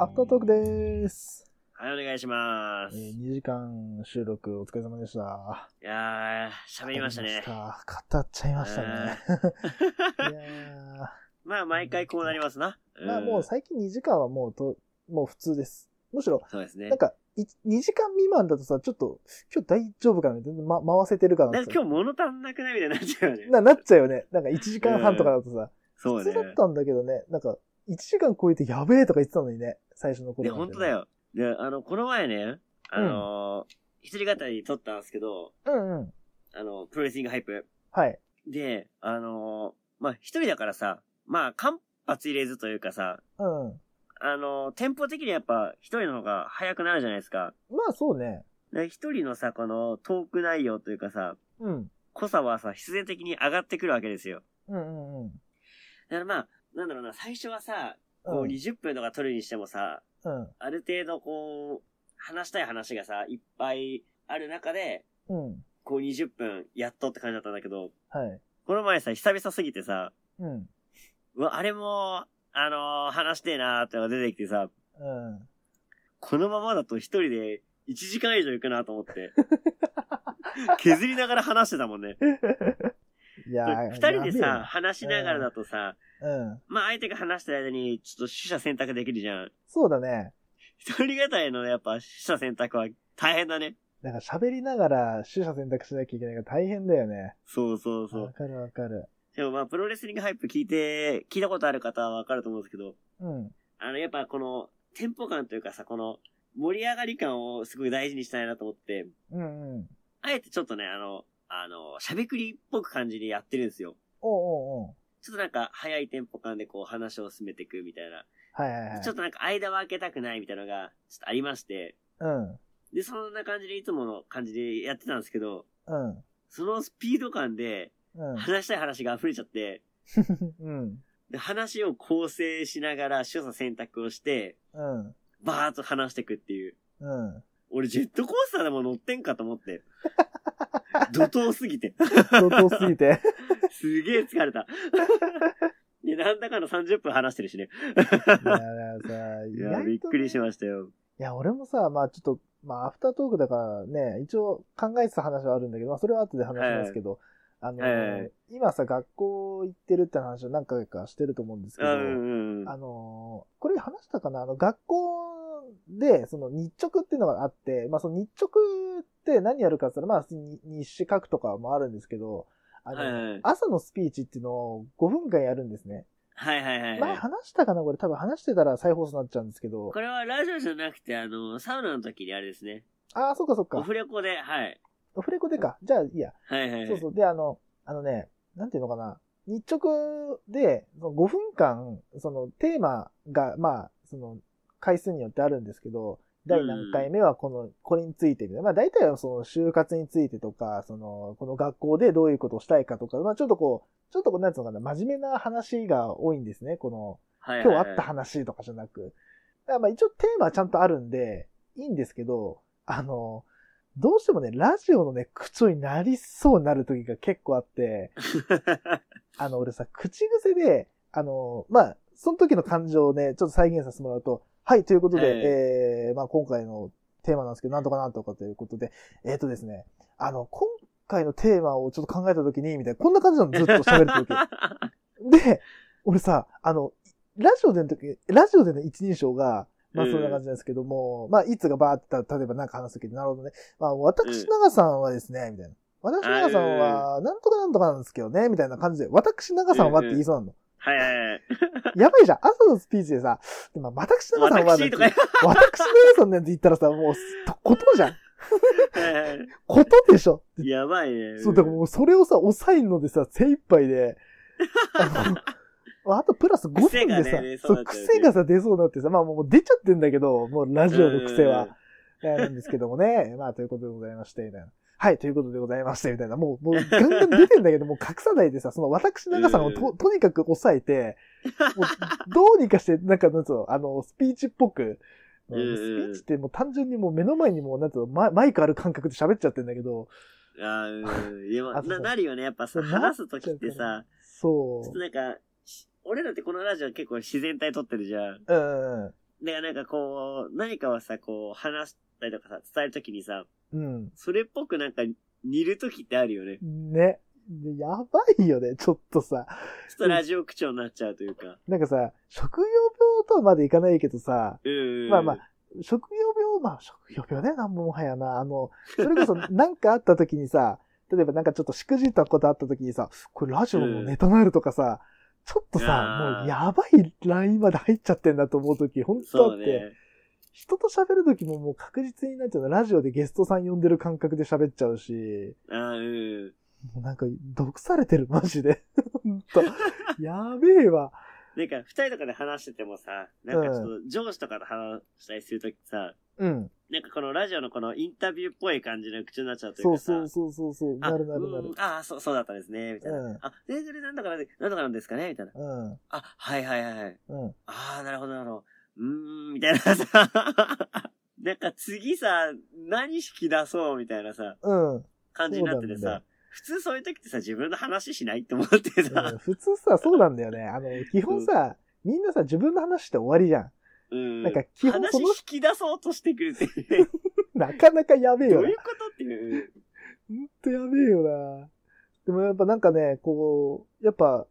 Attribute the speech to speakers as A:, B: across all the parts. A: アフタートークでーす。
B: はい、お願いします。
A: え
B: い
A: ー、2時間収録お疲れ様でした。
B: やー、喋りましたね。
A: 語っちゃいましたね。 いや
B: まあ、毎回こうなりますな。
A: ー。まあ
B: ん
A: もう最近2時間はもうと、もう普通です。むしろ、
B: そうですね
A: なん。か、い2時間未満だとさ、ちょっと、今日大丈夫かな全然、ま、回せてるかな
B: なん
A: って
B: か今日物足んなくないみたいになっちゃうよね。
A: な、なっちゃうよね。なんか1時間半とかだとさ、
B: そ
A: 普
B: う
A: 通
B: ね
A: だ。ったんだけどね、なんか、1時間超えてやべえとか言ってたのにね、最初の
B: で、
A: 頃、
B: 本当だ。よ。で、あの、この前ね、あのー、一人語り撮ったんですけど、
A: うんうん。
B: あの、プロレスリングハイプ。
A: はい。
B: で、あのー、まあ、一人だからさ、まあ、間髪入れずというかさ、
A: うん。
B: あのー、テンポ的にやっぱ一人の方が早くなるじゃないですか。
A: まあそうね。
B: で一人のさ、このトーク内容というかさ、
A: うん。
B: 濃さはさ、必然的に上がってくるわけですよ。
A: うんうんうん。
B: だからまあ、なんだろうな、最初はさ、こ
A: う。
B: うん20分とか撮るにしてもさ、
A: うん。
B: ある程度こう、話したい話がさ、いっぱいある中で、
A: うん。
B: こう20分やっとって感じだったんだけど、
A: はい。
B: この前さ、久々すぎてさ、
A: うん。
B: うわ、あれも、あのー話してえなーってのが出てきてさ、
A: うん。
B: このままだと一人で1時間以上行くなと思って。削りながら話してたもんね。
A: いやー
B: 二人でさ、、話しながらだとさ、
A: やべえなうん。
B: まあ相手が話してる間にちょっと取捨選択できるじゃん。
A: そうだね。
B: 一人語りのやっぱ取捨選択は大変だね。
A: だから喋りながら取捨選択しなきゃいけないから大変だよね。
B: そうそうそ
A: わ
B: う。
A: かるわかる。
B: でもまあプロレスリングハイプ聞いて、聞いたことある方はわかると思うんですけど、
A: うん。
B: あのやっぱこのテンポ感というかさ、この盛り上がり感をすごい大事にしたいなと思って、
A: うんうん。
B: あえてちょっとね、あの、あの、しゃべくりっぽく感じでやってるんですよ。
A: おうおうおう
B: ちょっとなんか早いテンポ感でこう話を進めていくみたいな。
A: はいはいはい。
B: ちょっとなんか間は空けたくないみたいなのがちょっとありまして、
A: うん。
B: で、そんな感じでいつもの感じでやってたんですけど、
A: うん。
B: そのスピード感で
A: うん。
B: 話したい話が溢れちゃって、
A: うん。
B: で話を構成しながら所作選択をして、
A: うん。
B: バーッと話していくっていう。
A: うん。
B: 俺ジェットコースターでも乗ってんかと 思って。怒涛すぎて。
A: 相当すぎ て。
B: すげえ疲れた。 で、なんだかの30分話してるしね。
A: いや、だからさ、
B: い
A: 意
B: や、
A: 外と
B: びっくりし
A: ね
B: ましたよ。
A: いや、俺もさ、まあちょっと、まあアフタートークだからね、一応考えてた話はあるんだけど、まあそれは後で話しますけど、あの、
B: え
A: 今さ、学校行ってるって話を何回かしてると思うんですけ
B: う
A: ど、
B: んうんうん。
A: あ
B: は
A: のーこれ話したかなあの、学校で、その日直っていうのがあって、まあその日直って何やるかって言ったら、まあに日誌書くとかもあるんですけど、あ
B: い
A: の、
B: はい
A: 朝のスピーチっていうのを5分間やるんですね。
B: はいはいは
A: 前
B: い。
A: 話したかなこれ多分話してたら再放送になっちゃうんですけど
B: こ。れはラジオじゃなくて、あの、サウナの時にあれですね。
A: ああ、そっかそっ
B: オ
A: か。
B: フレコで、はい。
A: オフレコでか。じゃあいいや。
B: はいはい。
A: そうそう。で、あの、あのね、なんていうのかな。日直で、その5分間、そのテーマが、まあ、その回数によってあるんですけど、第何回目はこの、これについてみたいな。まあ大体はその就活についてとか、その、この学校でどういうことをしたいかとか、まあちょっとこう、ちょっとこう、なんていうのかな、真面目な話が多いんですね。この、
B: はいはい
A: 今
B: はい
A: 日あった話とかじゃなく。だからまあ一応テーマはちゃんとあるんで、いいんですけど、あの、どうしてもね、ラジオのね、口調になりそうになる時が結構あって、あの、俺さ、口癖で、あの、まあ、その時の感情をね、ちょっと再現させてもらうと、はい、ということで、
B: え
A: えーまあ今回のテーマなんですけど、なんとかなんとかということで、えっ、とですね、あの、今回のテーマをちょっと考えた時に、みたいな、こんな感じなのずっと喋る 時。で、俺さ、あの、ラジオでの時、ラジオでの一人称が、まあ
B: うん
A: そんな感じなんですけども、まあいつがバーってた、例えばなんか話すときに、なるほどね。まあ私長さんはですね、みたいな。私長さんは、なんとかなんとかなんですけどね、みたいな感じで、私長さんはって言いそうなの。
B: はいはいはい。
A: やばいじゃん。朝のスピーチでさ、でまあ私長さんはなんて、
B: 私と
A: 私
B: か。
A: 長さんなんて言ったらさ、もう、とことじゃん。
B: はいはいは
A: ことでしょ。
B: いやばいね。
A: そう、だからもうそれをさ、抑えるのでさ、精一杯で、あ の、あとプラス5分で
B: 癖
A: さ
B: がね、出そ
A: そう、
B: うになっちゃうね
A: 癖がさ、出そうになってさ、まあもう出ちゃってんだけど、もうラジオの癖は、なんですけどもね、 まあということでございまして、みたいな。はい、ということでございまして、みたいな。もう、もうガンガン出てんだけど、もう隠さないでさ、その私長さんをと、とにかく抑えて、もうどうにかして、なんか、なんつうの、あの、スピーチっぽく、スピ
B: うんうん
A: ーチってもう単純にもう目の前にもう、なんつうの、ママイクある感覚で喋っちゃってんだけど、
B: うん。あーうんいや
A: あ
B: ま
A: そうそ
B: な、
A: う
B: なるよね。やっぱさ、
A: そうなっ
B: 話す時って
A: ちゃ
B: さ、
A: そ
B: ちょっ
A: う。
B: となんか、し俺らってこのラジオ結構自然体撮ってるじゃん。
A: うんうんうん。
B: だからなんかこう、何かはさ、こう、話したりとかさ、伝えるときにさ、
A: うん。
B: それっぽくなんか、似るときってあるよね。
A: ね。でやばいよね、ちょっとさ。
B: ちょっとラジオ口調になっちゃうというか。
A: なんかさ、職業病とはまでいかないけどさ、
B: うん。
A: まあまあ。職業病、まあ職業病ね、なんももはやな。あの、それこ そなんかあった時にさ、例えばなんかちょっとしくじったことあった時にさ、これラジオのネタになるとかさ、ちょっと
B: い
A: さ
B: や、ー
A: もうやばいラインまで入っちゃってんだと思う時、本当
B: そ
A: あ
B: う
A: っ
B: ね
A: て、。人と喋る時ももう確実になっちゃうの。ラジオでゲストさん呼んでる感覚で喋っちゃうし、
B: ああ、うん。
A: もうなんか、毒されてる、 マジで。ほんと。やべえわ。
B: なんか、二人とかで話しててもさ、なんかちょっと上司とかと話したりするときさ、
A: うん。
B: なんかこのラジオのこのインタビューっぽい感じの口になっちゃうとい
A: そうう
B: かさ。
A: そうそうそうそう。
B: あ
A: なるなるな
B: う
A: る
B: ん。ああ、そう、そうだったんですね、みたいな。
A: うん
B: あ、で、それなんだから、なんだからですかねみたいな。
A: うん。
B: あ、はいはいはいはい。
A: うん。
B: ああ、なるほど、なるほど。うーん、みたいなさ。 なんか次さ、何引き出そうみたいなさ、
A: うん。
B: 感じになってて
A: そうなんだ
B: さ、普通そういう時ってさ、自分の話しないって思って
A: う
B: さ
A: ん、普通さ、そうなんだよね。あの、基本さ、みんなさ、自分の話して終わりじゃん。
B: うん。
A: なんか基本
B: 話
A: そ
B: 引
A: の
B: き出そうとしてくるっていうね
A: なかなかやべえ
B: ど
A: よ
B: う
A: な。
B: いう
A: ほ
B: ことっていう。
A: んとやべえよな。でもやっぱなんかね、こう、やっぱ、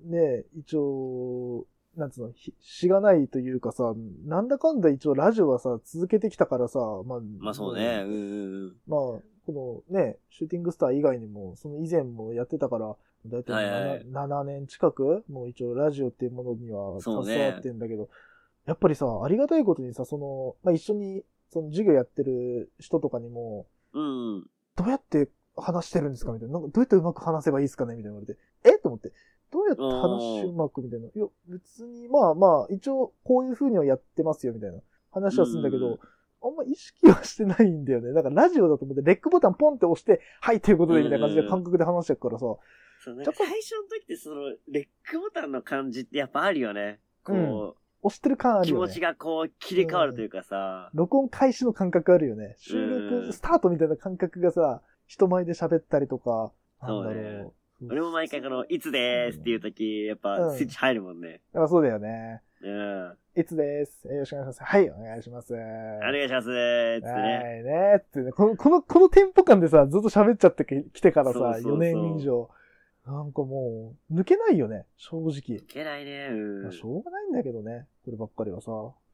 A: ね、一応、なんつうの、ひしがないというかさ、なんだかんだ一応ラジオはさ、続けてきたからさ、まあ、
B: まあそうね、。うんうんうん。
A: まあ、このね、シューティングスター以外にも、その以前もやってたから、だいたい
B: はいはい
A: 7 7年近く、もう一応ラジオっていうものには
B: そうね
A: 携わってんだけど、やっぱりさ、ありがたいことにさ、その、まあ一緒に、その授業やってる人とかにも、
B: うんうん。
A: どうやって話してるんですかみたいな。なんかどうやってうまく話せばいいですかねみたいな言われて。えと思って。どうやって話うまくみたいな。いや、別に、まあまあ、一応、こういう風にはやってますよ、みたいな話はするんだけ
B: うん
A: ど、あんま意識はしてないんだよね。なんかラジオだと思って、レックボタンポンって押して、はい、ということで、みたいな感じで感覚で話してるからさ。
B: そう、なんか最初の時ってその、レックボタンの感じってやっぱあるよね。こ
A: 押してる感あ
B: う、
A: る
B: 気
A: よ
B: 持ち
A: ね。
B: がこう、切り替わるというかさ。
A: 録音開始の感覚あるよね。収
B: う
A: 録、
B: ん
A: スタートみたいな感覚がさ、人前で喋ったりとか、なんだ
B: そうね
A: ろう。
B: 俺も毎回この、いつでーすっていう時、やっぱスイッチ入るもんね。
A: やっぱそうだよね。
B: うん。
A: いつです。えーよろしくお願いします。はい、お願いします。
B: お願いしますーっつって
A: は
B: ね。
A: いね。つってね。この、この、このテンポ感でさ、ずっと喋っちゃってきてからさ、
B: そうそうそう
A: 4年以上。なんかもう、抜けないよね、正直
B: い。けないね。
A: ま
B: う
A: あ
B: ん
A: し。ょうがないんだけどね、こればっかりはさ。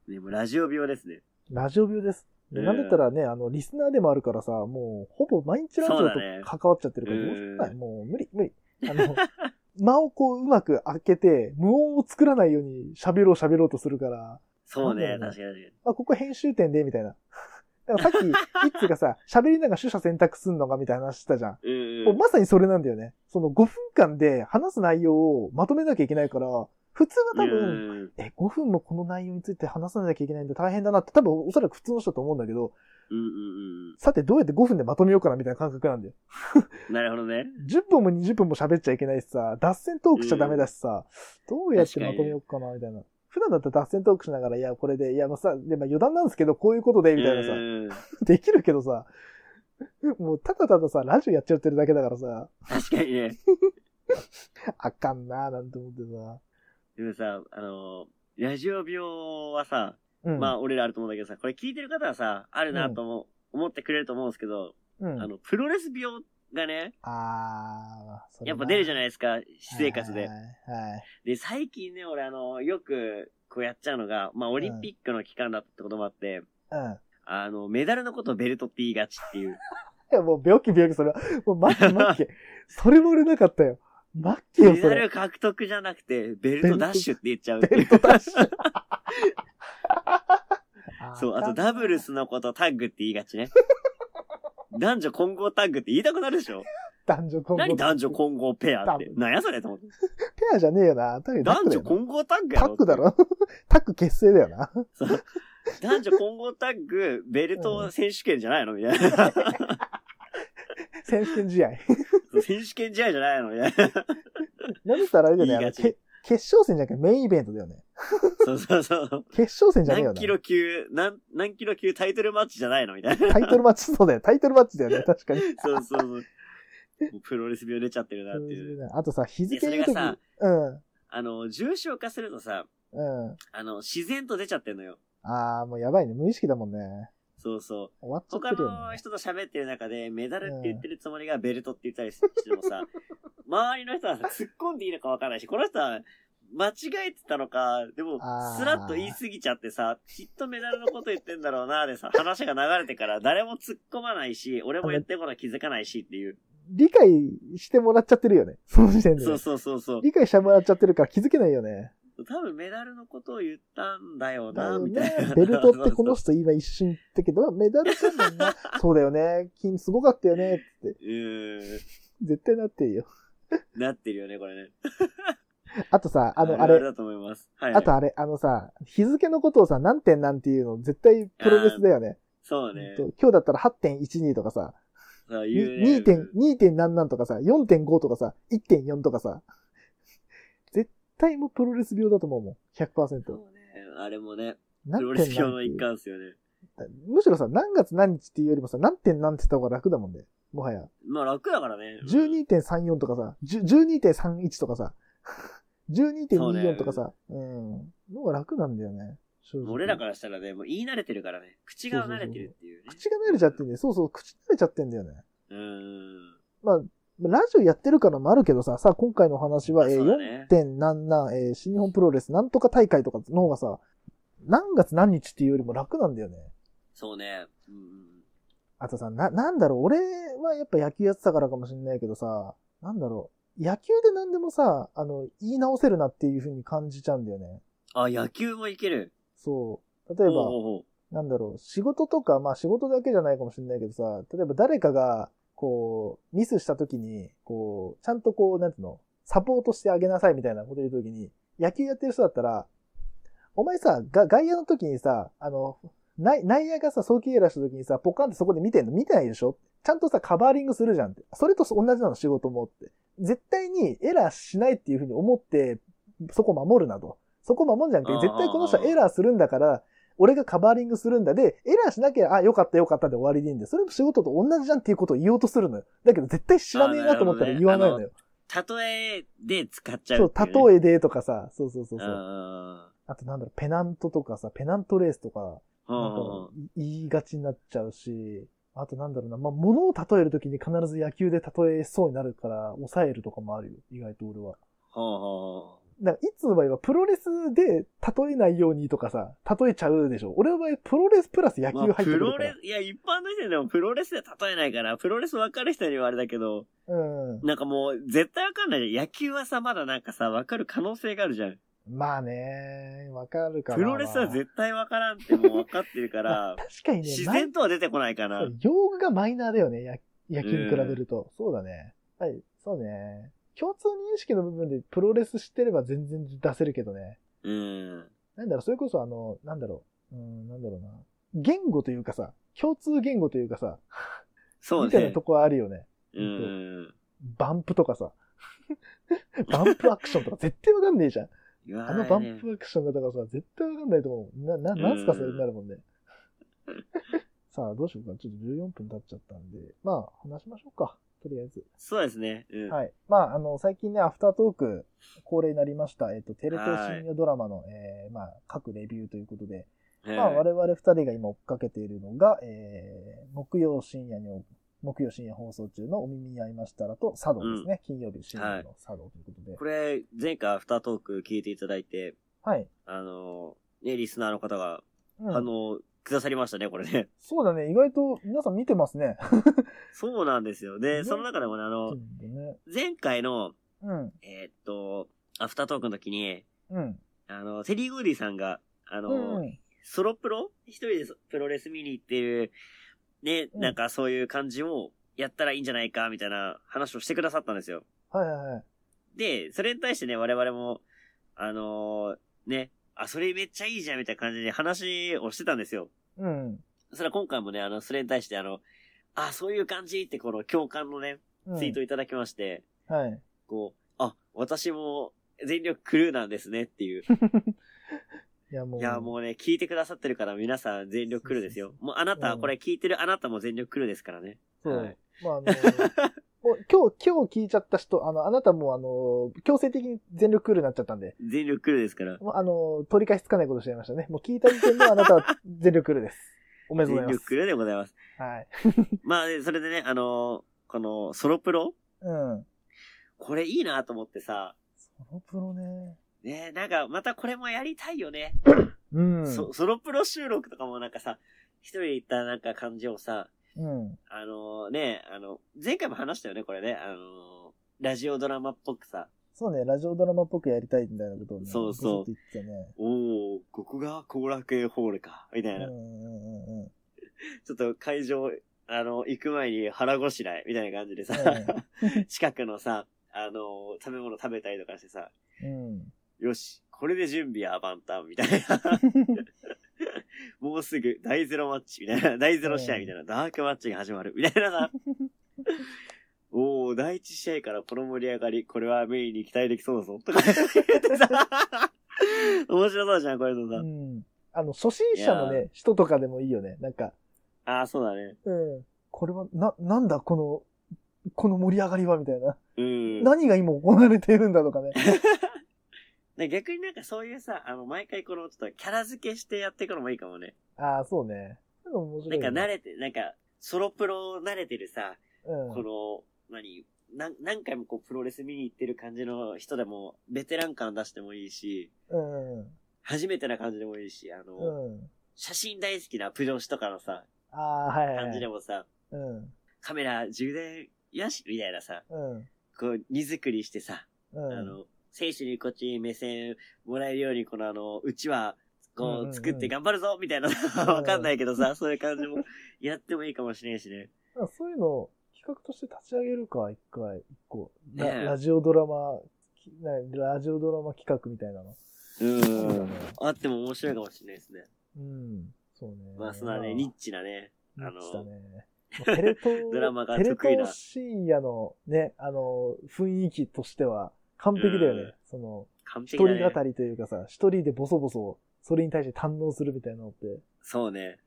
B: でもラジオ病ですね。
A: ラジオ病です。で
B: うん
A: なんだったらね、あの、リスナーでもあるからさ、もう、ほぼ毎日ラジオ
B: そう
A: と
B: だね
A: 関わっちゃってるから、
B: うん
A: どうしようもない。もう、無理、無理。あの、 間をこう、うまく開けて、無音を作らないように喋ろう喋ろうとするから、
B: そうね、
A: なんだろうね
B: 確かに確か
A: あ、ここ編集点で、みたいな。 だからさっき、いっつがさ、喋りながら取捨選択すんのかみたいな話してたじゃん。
B: に。うん
A: も
B: う。
A: うんまさにそれなんだよね。その5分間で話す内容をまとめなきゃいけないから、普通は多分、
B: うん
A: え、5分もこの内容について話さなきゃいけないんだ、大変だなって、多分おそらく普通の人だと思うんだけど、
B: うんうん
A: さてどうやって5分でまとめようかなみたいな感覚なんだよ。
B: うん。なるほどね。
A: 10分も20分も喋っちゃいけないしさ、脱線トークしちゃダメだしさ、どうやってまとめようかなみたいな。普段だったら脱線トークしながら、いや、これで、いや、もうさ、でまあ余談なんですけど、こういうことで、みたいなさ
B: う、ん
A: できるけどさ、もうただたださ、ラジオやっちゃってるだけだからさ、
B: 確かにね。
A: あかんなーなんて思ってさ。
B: でもさ、あの、ラジオ病はさ、
A: うん。
B: まあ俺らあると思うんだけどさ、これ聞いてる方はさ、あるなとも思ってくれると思うんですけど、
A: うん、
B: あの、プロレス病がね、
A: あー、それ
B: やっ
A: な
B: ぱ出るじゃないですか、私生活で
A: は。いはいはい。
B: で、最近ね、俺あの、よくこうやっちゃうのが、まあオリンピックの期間だったってこともあって、
A: はい、うん。
B: あの、メダルのことをベルトって言いがちっていう。
A: いや、もう病気病気、それは。もう マッキーマッキー。それも俺なかったよ。マッキーよ、
B: メ
A: そ
B: ダ
A: れ。
B: ル獲得じゃなくて、ベルトダッシュって言っちゃうって
A: ベ
B: い
A: ル
B: う。
A: トダッシュ。
B: そう、あとダブルスのことタッグって言いがちね。男女混合タッグって言いたくなるでしょ
A: 男女混合。
B: 何男女混合ペアって
A: 多。分
B: 何やそれと思って。
A: ペアじゃねえよな。男
B: 男女
A: 合。
B: 混合タッグや
A: タ
B: ろ
A: ックだろタック結成だよな。
B: そう男女混合タッグ、ベルト選手権じゃないのみた いな。
A: 選手権試 合。
B: そう選手権試合じゃないのみたいな。
A: なんだったらあれだよねあの。
B: 言いがち
A: け決勝戦じゃなくてメインイベントだよね。
B: そうそうそう。
A: 決勝戦じゃねえよ
B: 何
A: な
B: キ。ロ級、何、何キロ級タイトルマッチじゃないのみたいな。
A: タイトルマッチ、そうだよ。タイトルマッチだよ ね。確かに。
B: そうそ うそう。もうプロレス病出ちゃってるなっていう。
A: あとさ、日付
B: で
A: 言う
B: そ
A: と
B: れがさ
A: き、うん、
B: あの、重症化するとさ、
A: うん。
B: あの、自然と出ちゃってんのよ。
A: あああ、もうやばいね。無意識だもんね。
B: そうそう。
A: 終わっちゃっ
B: 他
A: てるよ
B: の
A: ね。
B: 人と喋ってる中で、メダルって言ってるつもりがベルトって言ったりして もさ、周りの人は突っ込んでいいのかわからないし、この人は間違えてたのか、でも
A: あ、ー
B: スラッと言い過ぎちゃってさ、きっとメダルのこと言ってんだろうな、でさ、話が流れてから誰も突っ込まないし、俺も言ってることは気づかないしっていう。
A: 理解してもらっちゃってるよね。その時点で。
B: そうそうそうそう。
A: 理解してもらっちゃってるから気づけないよね。
B: 多分メダルのことを言ったんだよ
A: だ
B: な、
A: よ
B: みたい
A: ね
B: な。。
A: ベルトってこの人今一瞬言ったけど、メダルだもんな。そうだよね。金すごかったよね。って。
B: うーん。
A: 絶対なってるよ。
B: なってるよね、これね。
A: あとさ、あの、あ
B: るる
A: れ、
B: だと思います。はい。
A: あとあれ、あのさ、日付のことをさ、何点なんていうの絶対プロレスだよね。
B: そうね。
A: と今日だったら8.12とかさ、
B: そう
A: に
B: 言うね。
A: 2点2点何なんとかさ、4.5とかさ、1.4とかさ、 絶対もうプロレス病だと思うもん、100%。
B: そうね。あれもね、
A: 何
B: プロレス
A: 点
B: 教
A: なん
B: の
A: てい
B: 一
A: う
B: 環ですよね。
A: むしろさ、何月何日っていうよりもさ、何点何って言った方が楽だもんね、もはや。
B: まあ楽だからね。
A: 12.34とかさ、10 12.31とかさ、
B: そうね
A: 12.24とかさ、うん、の方が楽なんだよね、正直
B: 俺らからしたらね、もう言い慣れてるからね。口が慣れてるっていうね。
A: 口が慣れちゃってんだよ、そうそう、口慣れちゃってんだよね。
B: うー
A: まあ、ラジオやってるからもあるけどさ、さあ今回のお話は、え
B: そ
A: ー
B: うだね
A: 4. 何なん、えー新日本プロレスなんとか大会とかの方がさ、何月何日っていうよりも楽なんだよね。
B: そうね。うんうん。
A: あとさ、な、なんだろう、俺はやっぱ野球やってたからかもしんないけどさ、なんだろう、野球で何でもさ、あの、言い直せるなっていう風に感じちゃうんだよね。
B: あ、野球もいける。
A: そう。例えば、
B: ほうほうほ
A: なんだろう、仕事とか、まあ仕事だけじゃないかもしれないけどさ、例えば誰かが、こう、ミスした時に、こう、ちゃんとこう、なんていうの、サポートしてあげなさいみたいなこと言う時に、野球やってる人だったら、お前さ、が外野の時にさ、あの、内内野がさ、早期エラーした時にさ、ポカンってそこで見てんの見てないでしょちゃんとさ、カバーリングするじゃんって。それと同じなの、仕事もって。絶対にエラーしないっていうふうに思って、そこ守るなと。そこ守んじゃなくて、絶対この人はエラーするんだから、俺がカバーリングするんだで、エラーしなきゃ、あ、よかったよかったで終わりでいいんで、それも仕事と同じじゃんっていうことを言おうとするのよ。だけど絶対知らねえなと思ったら言わないのよ。
B: う。例えで使っちゃ
A: そうう
B: っ、ていね。
A: 例えでとかさ、そうそうそう
B: う
A: そ
B: んう
A: う。
B: んうん。
A: あとなんだろう、ペナントとかさ、ペナントレースとか、
B: ほう
A: なん
B: ほうほ
A: か
B: う
A: 言いがちになっちゃうし、あとなんだろうな、まあ、物を例えるときに必ず野球で例えそうになるから、抑えるとかもあるよ、意外と俺は。
B: ほうほ
A: なんかいつの場合はプロレスで例えないようにとかさ、例えちゃうでしょ。俺の場合、プロレスプラス野
B: うま
A: 球入
B: あ
A: ってく
B: プ
A: るか
B: ロレ
A: ら。
B: ス、いや、一般の人でもプロレスで例えないから、プロレス分かる人にはあれだけど、
A: うん。
B: なんかもう、絶対わかんないじゃん。野球はさ、まだなんかさ、わかる可能性があるじゃん。
A: まあね、わかるかな。
B: プロレスは絶対わからんってもう分かってる から、
A: 確かにね、
B: 自然とは出てこないか
A: ま
B: な。
A: そう用具がマイナーだよね、や野球に比べると。そうだね。はい、そうね。共通認識の部分でプロレス知ってれば全然出せるけどね。
B: うん。
A: なんだろう、それこそあの、なんだろう、うん、なんだろうな。言語というかさ、共通言語というかさ、
B: そう
A: みたい
B: ね
A: な。とこはあるよね。
B: うん。
A: バンプとかさ。 バンプアクションとか絶対わかんねえじゃん。
B: 言わ
A: あ
B: な
A: の
B: い
A: バン
B: ね
A: プアクションがだからさ、絶対わかんないと思う。な、な、なんすかそれになるもんね。さあ、どうしようか。ちょっと14分経っちゃったんで。まあ、話しましょうか。とりあえず。
B: そうですね。うん。
A: はい。まあ、あの、最近ね、アフタートーク、恒例になりました。えっと、テレ東深夜ドラマの、えー、まあ、各レビューということで、まあ、
B: はい
A: 我々二人が今追っかけているのが、えー、木曜深夜に、木曜深夜放送中のお耳に合いましたらと、茶道ですね。金曜日深夜の茶道ということで。
B: これ、前回アフタートーク聞いていただいて、
A: はい。
B: あの、ね、リスナーの方が、
A: うん、
B: あの、くださりましたね、これね。
A: そうだね。意外と皆さん見てますね。
B: そうなんですよ。
A: う
B: で、
A: ん
B: その中でもね、 あの、
A: ね
B: 前回の、
A: うん。
B: えーっと、アフタートークの時に、
A: うん。
B: あの、テリー・グーディさんが、あ
A: う
B: の、
A: ん。
B: ソロプロ一人でプロレス見に行ってる、ね、
A: うん
B: なんかそういう感じをやったらいいんじゃないか、みたいな話をしてくださったんですよ。
A: はいはいはい。
B: で、それに対してね、我々も、あのーね、あ、それめっちゃいいじゃん、みたいな感じで話をしてたんですよ。
A: うん。
B: それは今回もね、あの、それに対してあの、あ、そういう感じってこの共感のね、
A: うん
B: ツイートいただきまして、
A: はい。
B: こう、あ、私も全力クルーなんですねっていう。
A: いやもう。
B: いや、もうね、聞いてくださってるから皆さん全力クルーですよ。もうあなた、
A: うん
B: これ聞いてるあなたも全力クルーですからね。
A: そう。
B: はい
A: まあ、あの、 お今日、今日聞いちゃった人、あの、あなたもうあの、強制的に全力クールになっちゃったんで、
B: 全力来るですから。
A: もうあの、取り返しつかないことしちゃいましたね。もう聞いた時点であなたは全力クールです。 おめでとうご
B: 全
A: ざいま
B: 力
A: す
B: 来。るでございます。
A: はい。
B: まあ、でそれでね、あのーこのソロプロ
A: うん。
B: これいいなと思ってさ、
A: ソロプロね。
B: ねなんかまたこれもやりたいよね。
A: うん。
B: そソロプロ収録とかもなんかさ、一人で行ったなんか感じをさ、
A: うん。
B: あのーね、あの、前回も話したよね、これね、あのーラジオドラマっぽくさ、
A: そうね、ラジオドラマっぽくやりたいみたいなことをね、
B: そうそう
A: ずっと言って
B: おー、ここが後楽園ホールか、みた
A: た
B: い
A: ね。うん
B: な。
A: うんうんうん。
B: ちょっと会場、あの、行く前に腹ごしらえ、みたいな感じでさ、 近くのさ、あのー食べ物食べたりとかしてさ、
A: うん。
B: よし、これで準備や万端、みたいな。もうすぐ、第ゼロマッチ、みたいな、第ゼロ試合、みたいな、ダークマッチが始まる、みたいなさ。おお第一試合からこの盛り上がり、これはメインに期待できそうだぞ、とか言ってさ、面白そうじゃん、これの
A: う
B: さ。
A: ん。あの、初心者の
B: い
A: ね、人とかでもいいよね。なんか、
B: ああ、そうだね。
A: うん。これは、な、なんだこの、この盛り上がりはみたいな。
B: うん。
A: 何が今行われているんだとかね。
B: で逆になんかそういうさ、あの、毎回この、ちょっとキャラ付けしてやっていくのもいいかもね。
A: ああ、そうね。でも面白
B: ないん
A: ね、
B: か慣れて、なんか、ソロプロ慣れてるさ、
A: うん、
B: この、何、何何回もこうプロレス見に行ってる感じの人でも、ベテラン感出してもいいし、
A: うん。
B: 初めてな感じでもいいし、あの、
A: うん。
B: 写真大好きなプジョシとかのさ、
A: ああ、はいはいはい。
B: 感じでもさ、
A: うん。
B: カメラ充電よしみたいなさ、
A: うん。
B: こう荷造りしてさ、
A: うん。
B: あの、選手にこっちに目線もらえるように、このあの、うちは、
A: うんうん
B: こ
A: うん
B: う作って頑張るぞみたいな、わかんないけどさ、そういう感じもやってもいいかもしれんしね。
A: あそういうのを企画として立ち上げるか、一回、一個。ラ
B: ねえ
A: ラジオドラマ、きなラジオドラマ企画みたいなの。
B: うん。あっても面白いかもしれないですね。
A: うん。そうね。
B: まあ、そんなね、ニッチなね、
A: あの、
B: あの
A: したね。まあテレ東
B: ドラマが
A: テレ
B: 得意な
A: 東深夜のね、あの、雰囲気としては完璧だよね。
B: うん
A: その、
B: 完
A: 一
B: 璧だ
A: 人
B: ね。
A: 語りというかさ、一人でボソボソ、それに対して堪能するみたいなのって。
B: そうね。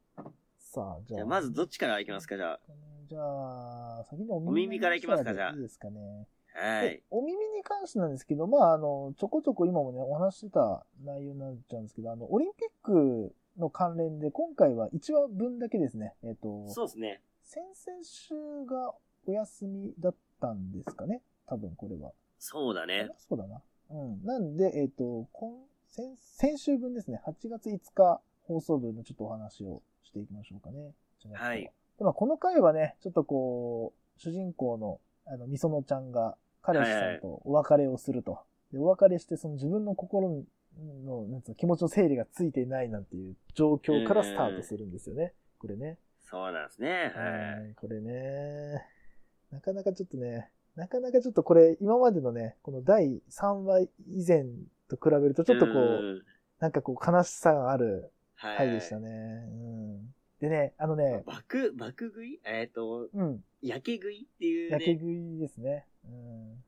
A: さあ、じ
B: じ
A: ゃ
B: ゃ
A: あ。
B: あ、まずどっちからいきますか、じゃ
A: じゃあ、先にお
B: お耳からいきますか
A: に
B: じゃあ
A: いいですかね。
B: あ。はい
A: で。お耳に関してなんですけど、まあ、あの、ちょこちょこ今もね、お話ししてた内容になっちゃうんですけど、あの、オリンピックの関連で、今回は1話分だけですね。えっ、と、
B: そうですね。
A: 先々週がお休みだったんですかね。多分これは。
B: そうだね。
A: そうだな。うん。なんで、えっ、と、今、先、先週分ですね。8月5日放送分のちょっとお話をしていきましょうかね。
B: はい。
A: で、まあ、この回はね、ちょっとこう、主人公の、あの、みそのちゃんが、彼氏さんとお別れをすると。で、お別れして、その自分の心の、なんつうの、気持ちの整理がついていないなんていう状況からスタートするんですよね。これね。
B: そうなんですね。はい。
A: これね、なかなかちょっとね、なかなかちょっとこれ、今までのね、この第3話以前と比べると、ちょっとこう、
B: ん、
A: なんかこう、悲しさがある
B: はい。
A: 回でしたね。うん。でね、あのね、
B: 爆、爆食いえっ、と、
A: うん、
B: 焼け食いっていう
A: 焼け
B: ね。
A: 食いですね。うん。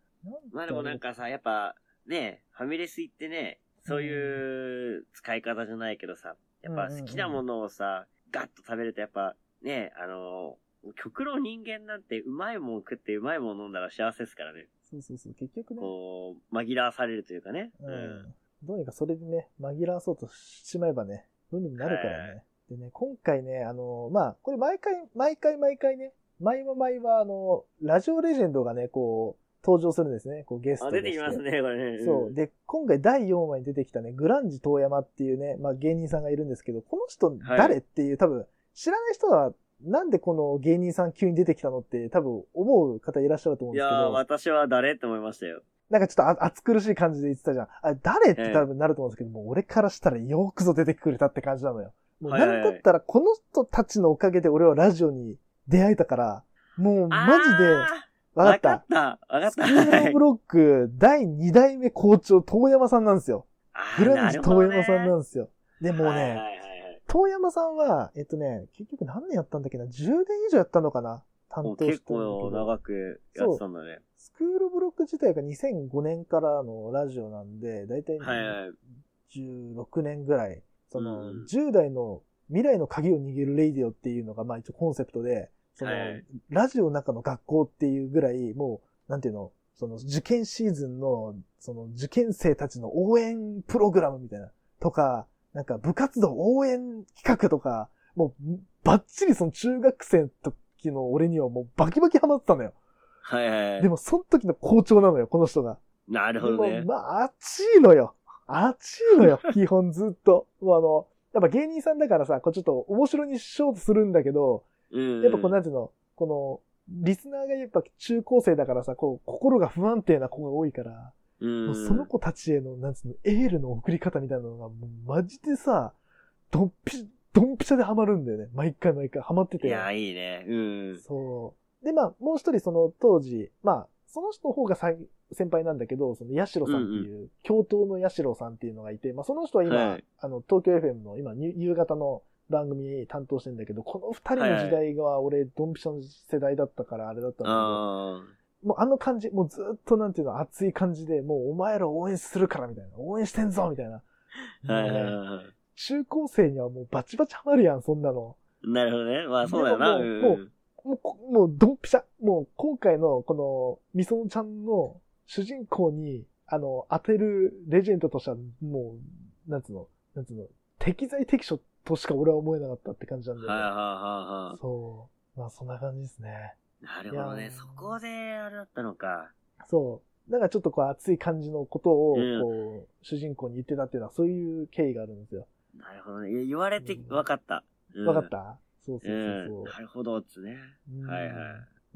B: まあでもなん、かさ、やっぱ、ね、ファミレス行ってね、そういう使い方じゃないけどさ、やっぱ好きなものをさ、ガッと食べるとやっぱ、ね、あの、極論人間なんてうまいもん食ってうまいもん飲んだら幸せですからね。
A: そうそうそう、結局ね、
B: こう、紛らわされるというかね。
A: うん。どうにかそれでね、紛らわそうとしまえばね、どうにもなるから
B: は
A: ね。でね、今回ね、あの、まあ、これ毎回、毎回毎回ね、毎は毎は、あの、ラジオレジェンドがね、こう、登場するんですね、こう、ゲスト
B: あ、
A: として
B: 出てきます。ね、これね。
A: そう。で、今回第4話に出てきたね、グランジ遠山っていうね、まあ芸人さんがいるんですけど、この人誰っていう、多分、知らない人は、なんでこの芸人さん急に出てきたのって多分思う方いらっしゃると思うん
B: い
A: ですけど。
B: やー、私は誰って思いましたよ。
A: なんかちょっとあ暑苦しい感じで言ってたじゃん。あ、誰って多分なると思うんですけど、もう俺からしたらよくぞ出てくれたって感じなのよ。もう
B: はいはい
A: なん
B: はい
A: だったらこの人たちのおかげで俺はラジオに出会えたから、もうマジで、
B: あー
A: わかっ
B: わ
A: た。
B: た。わかっ
A: スク
B: た。
A: ールオブロック第2代目校長、遠山さんなんですよ。グランジ遠山さんなん
B: ん
A: ですよ。でもうね、遠山さんは、えっとね、結局何年やったんだっけな ?10 年以上やったのかな担当してるんだ
B: 結
A: けど
B: 構長くやってたんだね。
A: スクールブロック自体が2005年からのラジオなんで、だいたい
B: はいはい。
A: 16年ぐらい、その
B: うん
A: 10代の未来の鍵を握るレイディオっていうのがまあ一応コンセプトで、その、
B: はい
A: ラジオの中の学校っていうぐらい、もう、なんていうの、その受験シーズンの、その受験生たちの応援プログラムみたいな、とか、なんか部活動応援企画とか、もう、バッチリその中学生の時の俺にはもうバキバキハマってたのよ。
B: はいはいは
A: で
B: い。
A: も、その時の校長なのよ、この人が。
B: なる
A: で
B: ほどね
A: も、。まあ、熱いのよ。熱い のよ、基本ずっと。もうあの、やっぱ芸人さんだからさ、こうちょっと面白にしようとするんだけど、
B: うんうん。
A: やっぱこうなんていうの、この、リスナーがやっぱ中高生だからさ、こう、心が不安定な子が多いから、
B: うん
A: も
B: う。
A: うんその子たちへの、なんつうの、エールの送り方みたいなのが、もうマジでさ、ドンピ、ドンピシャでハマるんだよね。毎回毎回ハマって
B: い
A: て。
B: や、いいね。うん。
A: そう。で、まあ、もう一人その当時、まあ、その人の方がさ先輩なんだけど、その、ヤシロさんっていう、教頭のヤシロさんっていうのがいて、まあ、その人は今、
B: はい
A: あの、東京 FM の今、に夕方の番組担当してんだけど、この二人の時代が俺、ドンピシャの世代だったからあれだったんだけど、
B: あ
A: もうあの感じ、もうずっとなんていうの、熱い感じで、もうお前ら応援するからみたいな、応援してんぞみたいな。
B: あ。はいはい
A: もうね
B: はい。
A: 中高生にはもうバチバチハマるやん、そんなの。
B: なるほどね。まあそうだよな。
A: でも
B: うん
A: もうもうこ、もう、ドンピシャ。もう、今回の、この、みそのちゃんの主人公に、あの、当てるレジェンドとしては、もう、なんつうの、なんつうの、適材適所としか俺は思えなかったって感じなんだよ
B: はいはい
A: ね。
B: はいはい。
A: そう。まあ、そんな感じですね。
B: なるほど
A: いや
B: ね。
A: ー
B: そこで、あれだったのか。
A: そう。だからちょっとこう、熱い感じのことを、
B: うん
A: こう、主人公に言ってたっていうのは、そういう経緯があるんですよ。
B: なるほどね。いや言われて
A: うん、
B: わかった。うん
A: わかったそうそうそう
B: う
A: んそう。。
B: なるほどっつね。
A: うん
B: はいは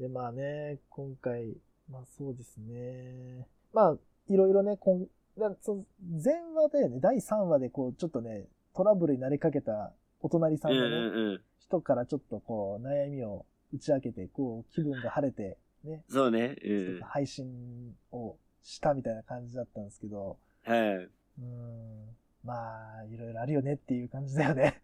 B: い。
A: で、まあね、今回、まあそうですね。まあ、いろいろね、こんだその前話でね、第3話でこう、ちょっとね、トラブルになりかけたお隣さ
B: うんん
A: の
B: う
A: ね、
B: んうん。
A: 人からちょっとこう、悩みを打ち明けて、こう、気分が晴れて、ね、
B: そうね。う
A: ちょっ
B: ん
A: と。配信をしたみたいな感じだったんですけど、
B: はい。
A: うん、まあ、いろいろあるよねっていう感じだよね。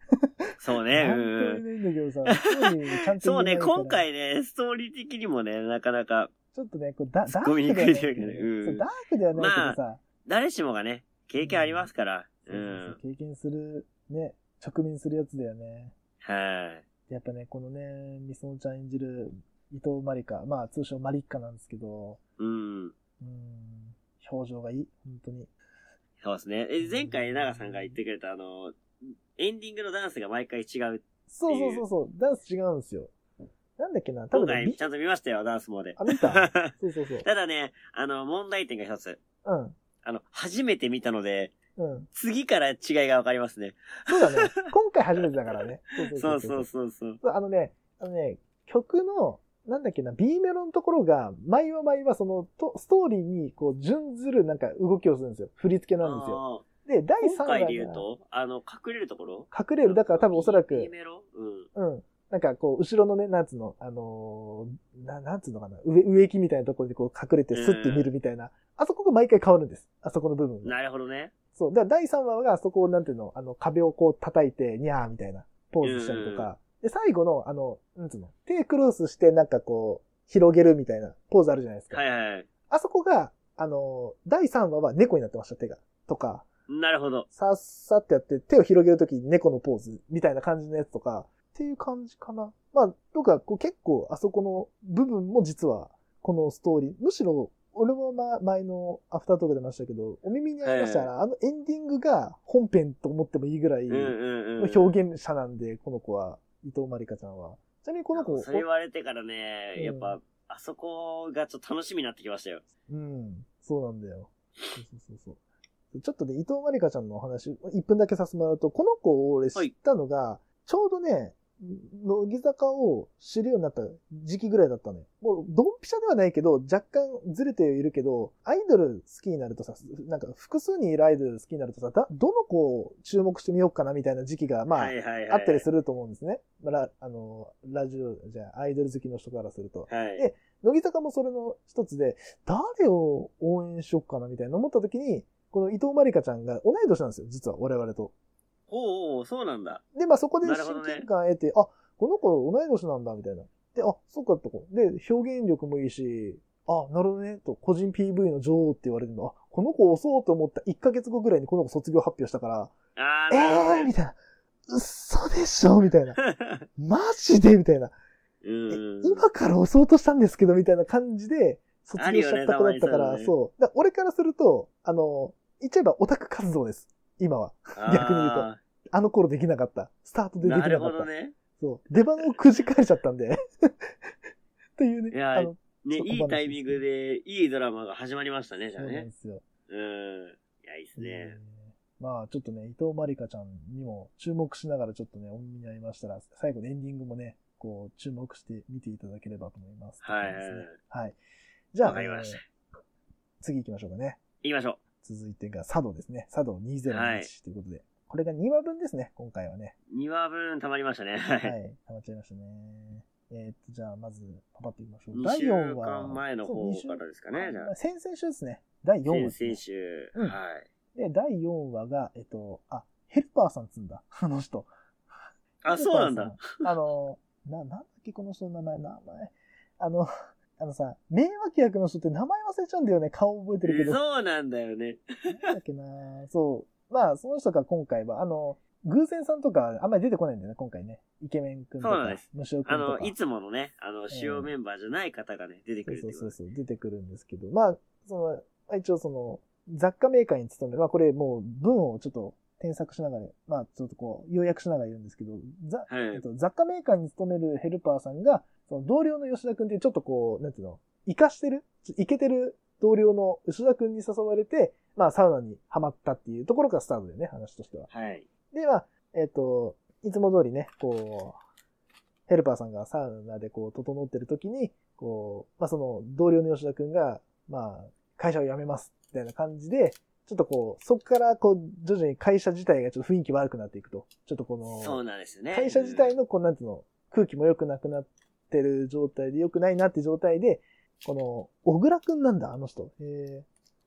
B: そう
A: なん
B: ね。う
A: とも
B: んうん。
A: 言えないんだけどさ、ストーリーちゃんと
B: そう
A: 言えない
B: ね、
A: から
B: 今回ね、ストーリー的にもね、なかなか、
A: ちょっとね、こうダダー
B: 突っ
A: ク
B: 込みに
A: で
B: く
A: はいない
B: というかねうん
A: そうダークではないけどさ、
B: 誰しもがね、経験ありますから。
A: そう
B: う。
A: そうそうん経験する、ね、直面するやつだよね。
B: はい。
A: でやっぱね、このね、みそのちゃん演じる伊藤まりか、まあ通称まりっかなんですけど、
B: うん。
A: うん、表情がいい、本当に。
B: そうですね。え、前回、長さんが言ってくれた、あの、エンディングのダンスが毎回違う。
A: そうそうそうそう、ダンス違うんですよ。なんだっけな、多
B: 今
A: 分ね、
B: 回、
A: ビ
B: ちゃんと見ましたよ、ダンスもで。
A: あ、見た
B: た
A: そうそうそう。
B: だね、あの、問題点が一つ。
A: う
B: あの、初めて見たので、
A: ん、うん。
B: 次から違いがわかりますね。
A: そうだ ね、今回初めてだからね。
B: そうそうそうそう。
A: そうあのね、あのね、曲の、なんだっけな、B メロのところが、毎は毎はその、とストーリーに、こう、準ずるなんか動きをするんですよ。振り付けなんですよ。で、第
B: あー
A: 3
B: 今
A: 話
B: 回
A: が
B: で言うと、あの、隠れるところ
A: 隠れる。だから多分おそら
B: B
A: く、
B: メロうん。
A: うん。なんかこう、後ろのね、なんつうの、あのーな、なんつうのかな、植植木みたいなところにこう隠れてスッて見るみたいな、あそこが毎回変わるんです。あそこの部分が。
B: なるほどね。
A: そう。だから第3話があそこを、なんていうの、あの、壁をこう叩いて、にゃーみたいなポーズしたりとか、で、最後の、あの、なんつうの、手クロスして、なんかこう、広げるみたいなポーズあるじゃないですか。
B: はいはい。
A: あそこが、あの、第3話は猫になってました、手が。とか、
B: なるほど。
A: さっさってやって、手を広げるときに猫のポーズみたいな感じのやつとか、っていう感じかな。まあ、とか、こう結構あそこの部分も実は、このストーリー、むしろ、俺もま、前のアフタートークで話したけど、お耳に合いましたら、あのエンディングが本編と思ってもいいぐらい
B: うん
A: の
B: うんうん。
A: 表現者なんで、この子は、伊藤まりかちゃんは。ちなみにこの子、
B: それ言われてからね、
A: うん
B: やっぱ、あそこがちょっと楽しみになってきましたよ。
A: うん、そうなんだよ。そうそうそうそう。ちょっとね、伊藤まりかちゃんのお話、1分だけさせてもらうと、この子を俺知ったのが、ちょうどね、乃木坂を知るようになった時期ぐらいだったのよ。もう、ドンピシャではないけど、若干ずれているけど、アイドル好きになるとさ、なんか複数にいるアイドル好きになるとさ、だどの子を注目してみようかなみたいな時期が、まあ、
B: はいはいはい。
A: あったりすると思うんですね。まあラ、あの、ラジオ、じゃあ、アイドル好きの人からすると。
B: はい。
A: で乃木坂もそれの一つで、誰を応援しよっかなみたいな思った時に、この伊藤まりかちゃんが同い年なんですよ、実は我々と。
B: おうおう、そうなんだ。
A: で、まあそこで
B: な
A: 親
B: るほどね
A: 近感得て、あ、この子同い年なんだ、みたいな。で、あ、そうかとこ。で、表現力もいいし、あ、なるほどね、と、個人 PV の女王って言われるの。あ、この子押そうと思った1ヶ月後ぐらいにこの子卒業発表したから、
B: あー、
A: え
B: なるほど
A: ー
B: ね
A: みたいな。嘘でしょみたいな。マジでみたいな。
B: うん
A: え
B: うん。
A: 今から押そうとしたんですけど、みたいな感じで、卒業しちゃった子だったか
B: あるよねたま
A: ら、
B: にそう
A: そう。だから俺からすると、あの、言っちゃえばオタク活動です。今は。逆に言うと
B: あ
A: あの頃できなかった。スタート
B: ー
A: でできな
B: な
A: かった。
B: るほどね。
A: そう。出番をくじかれちゃったんで。 っていうね。
B: いやー
A: あの
B: ね、
A: そう
B: いいタイミングで、いいドラマが始まりましたね、じゃ
A: そ
B: あ
A: うなん
B: ね
A: で。すよ。
B: うん。いや、いいっすね
A: え。ーまあ、ちょっとね、伊藤まりかちゃんにも注目しながらちょっとね、お耳に合いましたら、最後のエンディングもね、こう、注目して見ていただければと思います。
B: はいはいはい
A: はい。じゃあ、
B: わかりました
A: えー次行きましょうかね。
B: 行きましょ
A: 続いてが佐渡ですね。佐渡
B: はい
A: 2021ということで。これが2話分ですね、今回はね。
B: う。2話分溜まりましたね。
A: は
B: は。
A: いい。溜まっちゃいましたね。えーっと、じゃあ、まず、パパっていきましょう。
B: 2
A: 第
B: 週
A: 4話。
B: 間前の方
A: そう
B: か
A: 二
B: らですかね、
A: 週
B: じゃあ
A: まあ。先々週ですね。第4話ですね、
B: 先々週。
A: うん
B: はい。
A: で、第4話が、えっと、あ、ヘルパーさんっつうんだ。 あの人。
B: あ、そうな
A: ヘ
B: ん
A: ル
B: だ
A: パ。ーさん。あの、な、なんだっけ、この人の名前、名前。あの、 あのさ、名脇役の人って名前忘れちゃうんだよね。顔覚えてるけど。
B: そうなんだよね。
A: なんだっけなそう。まあ、その人が今回は、あの、偶然さんとかあんまり出てこないんだよね、今回ね。イケメン君と
B: そうなん
A: か
B: です、
A: 無償君とか。
B: あの、いつものね、あの、
A: ん
B: 主要メンバーじゃない方がね、出てくるって
A: そう
B: こ
A: そ
B: と
A: う
B: です。
A: そうそう、出てくるんですけど、まあ、その、一応その、雑貨メーカーに勤める、まあこれもう文をちょっと添削しながら、まあちょっとこう、要約しながら言うんですけど、ざ
B: はい
A: えっと雑貨メーカーに勤めるヘルパーさんが、その同僚の吉田くんっていうちょっとこう、なんていうの、生かしてる、ちょイケてる同僚の吉田くんに誘われて、まあサウナにハマったっていうところがスタートだよね、話としては。
B: はい。
A: で、まあ、えっ、と、いつも通りね、こう、ヘルパーさんがサウナでこう、整ってる時に、こう、まあその、同僚の吉田くんが、まあ、会社を辞めます、みたいな感じで、ちょっとこう、そこからこう、徐々に会社自体がちょっと雰囲気悪くなっていくと。ちょっとこ
B: そう
A: の、
B: なんですよね。
A: 会社自体のこう、なんていうの、空気も良くなくなってる状態で、良くないなって状態で、この、小倉くんなんだ、あの人。ええ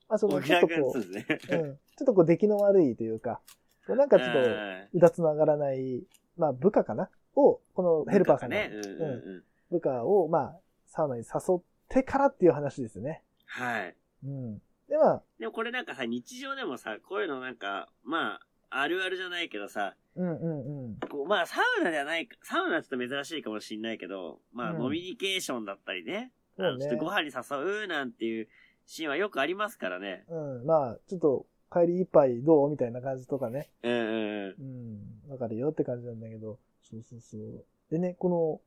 A: まあそ
B: うん。
A: の、
B: 僕
A: ちょ
B: ら
A: っと
B: が
A: こ
B: そう
A: う、
B: です
A: う
B: ね。
A: ん、ちょっとこう、出来の悪いというか、こうなんかちょっと、
B: うん
A: うだつの上がらない、まあ部下かなを、このヘルパーさんが、
B: ね。うんうんうん。
A: 部下を、まあ、サウナに誘ってからっていう話ですよね。
B: はい。
A: うん。で、まあ、
B: でもこれなんかさ、日常でもさ、こういうのなんか、まあ、あるあるじゃないけどさ、
A: うんうんうん。
B: こうまあ、サウナではないか、サウナはちょっと珍しいかもしんないけど、まあ、
A: うん
B: ノミニケーションだったりね、あ
A: そ
B: の
A: う
B: ちょっとご
A: ね。
B: 飯に誘うなんていうシーンはよくありますからね。
A: うん、まあ、ちょっと、帰り一杯どうみたいな感じとかね。
B: うんうんうん。
A: うん、わかるよって感じなんだけど。そうそうそう。でね、この、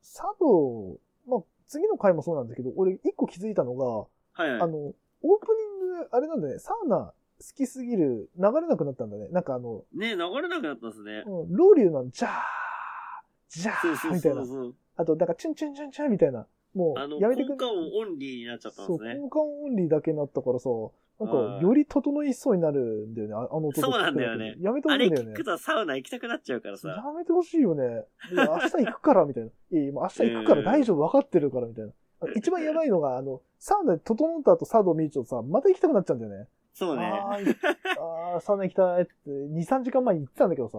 A: 佐藤、まあ、次の回もそうなんだけど、俺一個気づいたのが、
B: はいはい。
A: あの、オープニング、あれなんだね、サウナ好きすぎる、流れなくなったんだね。なんかあの、
B: ね流れなくなったんですね。
A: うん、ロウリュウのジャー、ジャ
B: そうそ
A: ー
B: う
A: みたい
B: そ
A: な
B: う。そう。
A: あと、なんかチュンチュンチュンチュンみたいな。も
B: あの、
A: う、やめてく
B: 効
A: ん
B: 果音オンリーになっちゃったん
A: そ
B: で
A: う、
B: すね。
A: 交換オンリーだけになったからさ、なん
B: は
A: か、
B: い
A: より整いそうになるんだよね、ああの音と
B: そうなんだよね
A: やめてほしい
B: あれ
A: んだよ
B: 聞
A: ね
B: く。とサウナ行きたくなっちゃうから
A: や
B: さ。
A: めてほしいよね。いや明日行くから、みたいな。 いやいや、もう明日行くから大丈夫、わかってるから、みたいな。あ一番やばいのが、あの、サウナで整った後、サウナを見るとさ、また行きたくなっちゃうんだよね。
B: そうね。
A: あーいあー、サウナ行きたいって、2、3時間前に行ってたんだけどさ、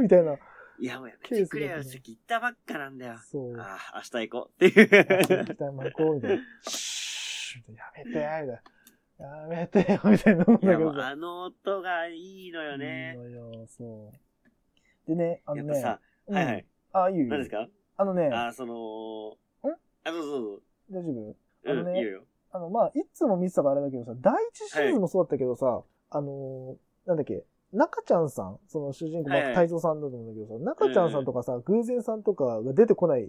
A: み たいな。
B: いや、もうやめてくれよ、席行ったばっかなんだよ。
A: そう。
B: ああ、明日行こうってい
A: あ行
B: う。
A: きたいもん行こうみたいな。シューみたいなやめて、みたいな。やめてよ、 みたいな。
B: いや、もうあの音がいいのよ
A: いい
B: ね。
A: のよ、そう。でね、あ
B: や
A: の
B: っぱ
A: ね。
B: さ、
A: うん
B: はいはい。
A: あ、いいよいいよ。
B: 何ですか
A: あのね、
B: あー、その
A: ん
B: あ、そうそう
A: 大丈夫
B: そう。
A: あ
B: う
A: の
B: ん、
A: ね
B: いいよいいよ。
A: あの、まあ、いつも見てたからあれだけどさ、第一シーズンもそうだったけどさ、あのーなんだっけ、中ちゃんさん、その主人公、まあ
B: はいはい
A: 太蔵さんだと思うんだけどさ、中ちゃんさんとかさ、偶然さんとかが出てこない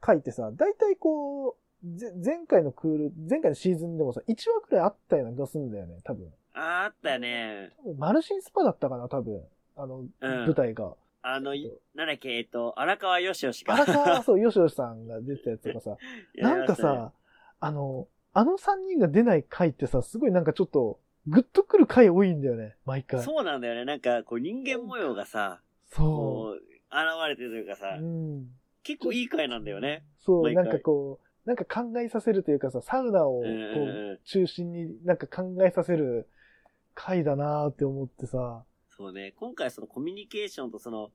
A: 回ってさ、大体こう、ぜ前回のクール、前回のシーズンでもさ、1話くらいあったような気がするんだよね、多分。
B: あーあったよね。
A: 多分マルシンスパだったかな、多分。あの、舞台が。
B: あの、
A: えっ
B: いなんだっけ、えっと、荒川よしよし
A: と
B: か。
A: 荒 川、そう、よしよしさんが出てたやつとかさ、
B: やり
A: なん
B: ま
A: か
B: したね、
A: さ、あの、あの3人が出ない回ってさ、すごいなんかちょっと、グッとくる回多いんだよね、毎回。
B: そうなんだよね。なんか、こう人間模様がさ、
A: そ
B: こう、現れてるというか
A: う。
B: さ
A: う、ん。
B: 結構いい回なんだよね。。
A: そう、
B: 毎
A: な
B: 回
A: んかこう、なんか考えさせるというかさ、サウナをこ
B: うんうん
A: う
B: うん。
A: 中心になんか考えさせる回だなーって思ってさ。
B: そうね。今回そのコミュニケーションとその、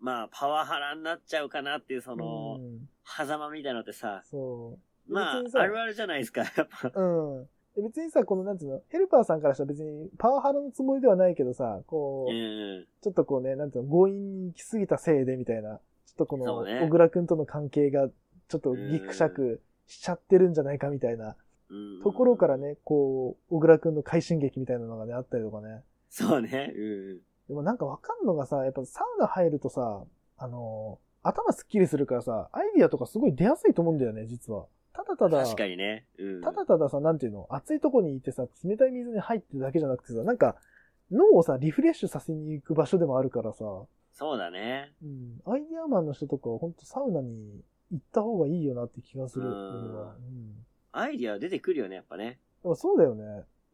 B: まあ、パワハラになっちゃうかなっていうその
A: う、ん、
B: 狭間みたいなのってさ、
A: そう。
B: まあ
A: 別に、さ
B: あるあるじゃないですか、やっぱ。
A: うん。で別にさ、このなんつうの、ヘルパーさんからしたら別にパワハラのつもりではないけどさ、こ
B: う
A: う、
B: ん。
A: ちょっとこうね、なんていうの、強引に行き過ぎたせいでみたいな、ちょっとこの、
B: そうね
A: 小倉くんとの関係がちょっとギクシャクしちゃってるんじゃないかみたいな
B: うん
A: ところから。ね、こう、小倉くんの快進撃みたいなのがね、あったりとかね。
B: そうね。うん。
A: でもなんかわかんのがさ、やっぱサウナ入るとさ、あのー頭すっきりするからさ、アイディアとかすごい出やすいと思うんだよね、実は。ただただ、
B: 確かにね。うん。
A: ただたださ、なんていうの、暑いとこにいてさ、冷たい水に入ってるだけじゃなくてさ、なんか、脳をさ、リフレッシュさせに行く場所でもあるからさ、
B: そうだね。
A: うん、アイデアマンの人とかは本当サウナに行った方がいいよなって気がする、
B: うん
A: 俺は。うん。で
B: アイディア出てくるよね、やっぱね。
A: もそうだよね。